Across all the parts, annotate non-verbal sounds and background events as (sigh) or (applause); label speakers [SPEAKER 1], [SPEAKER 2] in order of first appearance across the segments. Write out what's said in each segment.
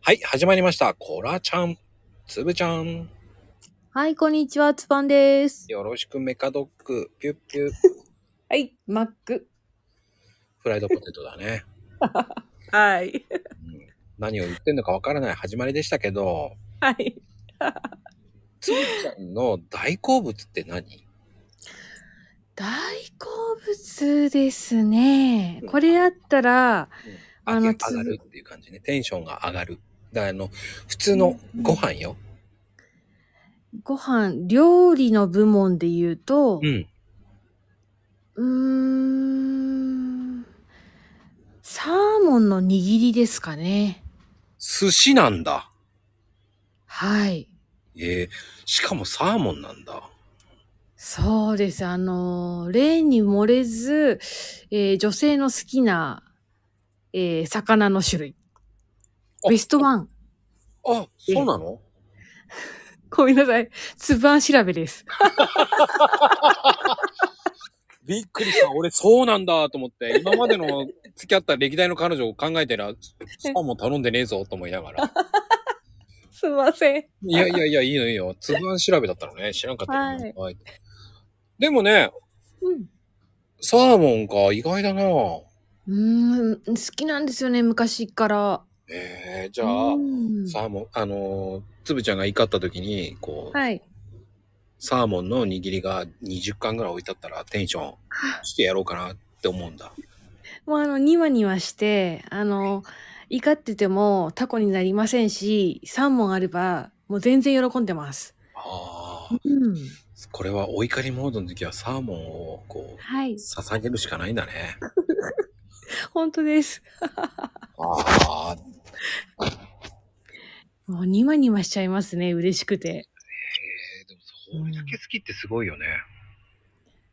[SPEAKER 1] はい、始まりました。コラちゃん、つぶちゃん。
[SPEAKER 2] はい、こんにちは、つぱんです。
[SPEAKER 1] よろしくメカドッグ、ピュッピュッ。
[SPEAKER 3] はい、マック。
[SPEAKER 1] フライドポテトだね。
[SPEAKER 3] はい。
[SPEAKER 1] うん何を言ってんのかわからない始まりでしたけど、
[SPEAKER 3] はい。
[SPEAKER 1] つぶちゃんの大好物って何
[SPEAKER 2] 大好物ですね。これあったら、あ
[SPEAKER 1] あ上
[SPEAKER 2] の
[SPEAKER 1] がるっていう感じね。テンションが上がる。だからあの、普通のご飯よ。
[SPEAKER 2] ご飯、料理の部門で言うと、
[SPEAKER 1] うん。
[SPEAKER 2] うーん、サーモンの握りですかね。
[SPEAKER 1] 寿司なんだ。
[SPEAKER 2] はい。
[SPEAKER 1] ええしかもサーモンなんだ。
[SPEAKER 2] そうです。あのー、例に漏れず、えー女性の好きな、えー魚の種類。
[SPEAKER 1] あ
[SPEAKER 2] ベストワン。
[SPEAKER 1] あ、そうなの
[SPEAKER 2] ごめんなさい。つばん調べです。
[SPEAKER 1] びっくりした。俺、そうなんだと思って、今までの付き合った歴代の彼女を考えてら、サーモン頼んでねえぞと思いながら。
[SPEAKER 3] すいません。
[SPEAKER 1] いやいやいや、いいのいいの。つぶあん調べだったのね。知らんかったよね、
[SPEAKER 3] はい
[SPEAKER 1] はいでもね、
[SPEAKER 3] うん。
[SPEAKER 1] サーモンか、意外だな
[SPEAKER 2] うーん、好きなんですよね、昔から。
[SPEAKER 1] えー、じゃあ
[SPEAKER 2] う、ん
[SPEAKER 1] サーモン、あのー、つぶちゃんが怒った時に、こう、
[SPEAKER 2] はい。
[SPEAKER 1] サーモンの握りが20巻ぐらい置いてあったら、テンションしてやろうかなって思うんだ。
[SPEAKER 2] もうあの、ニワニワして、あの、怒っててもタコになりませんし、サーモンあれば、もう全然喜んでます。
[SPEAKER 1] ああ、
[SPEAKER 2] うん。
[SPEAKER 1] これはお怒りモードの時はサーモンを、こう、
[SPEAKER 2] はい。
[SPEAKER 1] 捧げるしかないんだね。
[SPEAKER 2] 本当です。
[SPEAKER 1] ああ、
[SPEAKER 2] もうニワニワしちゃいますね、嬉しくて。
[SPEAKER 1] えー、でもそれだけ好きってすごいよね。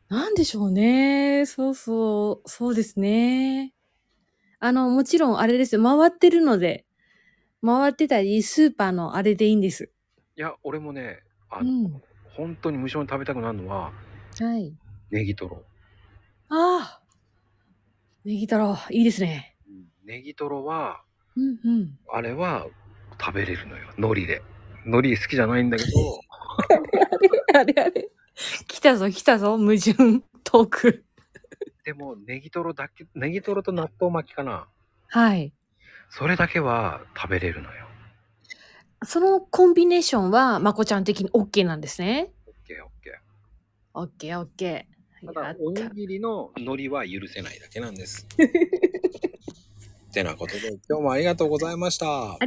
[SPEAKER 2] なんでしょうね。そうそう、そうですね。あの、もちろんあれですよ。回ってるので、回ってたり、スーパーのあれでいいんです。
[SPEAKER 1] いや、俺もね、あ
[SPEAKER 2] う
[SPEAKER 1] の、
[SPEAKER 2] ん。
[SPEAKER 1] 本当に無償に食べたくなるのは、
[SPEAKER 2] はい。
[SPEAKER 1] ネギトロ。
[SPEAKER 2] ああ。ネギ太郎、いいですね。
[SPEAKER 1] ネギトロは、
[SPEAKER 2] うんうん。
[SPEAKER 1] あれは食べれるのよ。海苔で。海苔好きじゃないんだ
[SPEAKER 2] (laughs)
[SPEAKER 1] けど、
[SPEAKER 2] (laughs) あれあれ。来たぞ来たぞ、矛盾トーク。
[SPEAKER 1] でもネギトロだけ、ネギトロと納豆巻きかな。
[SPEAKER 2] はい。
[SPEAKER 1] それだけは食べれるのよ。
[SPEAKER 2] そのコンビネーションは、まこちゃん的に OK なんですね。
[SPEAKER 1] オッケーオッケ
[SPEAKER 2] OK、OK。や
[SPEAKER 1] ー。ただ、おに
[SPEAKER 2] っ
[SPEAKER 1] ぎりの海苔は許せ
[SPEAKER 2] (laughs)
[SPEAKER 1] ないだけなんです。ってなことで、今日もありがとうございました。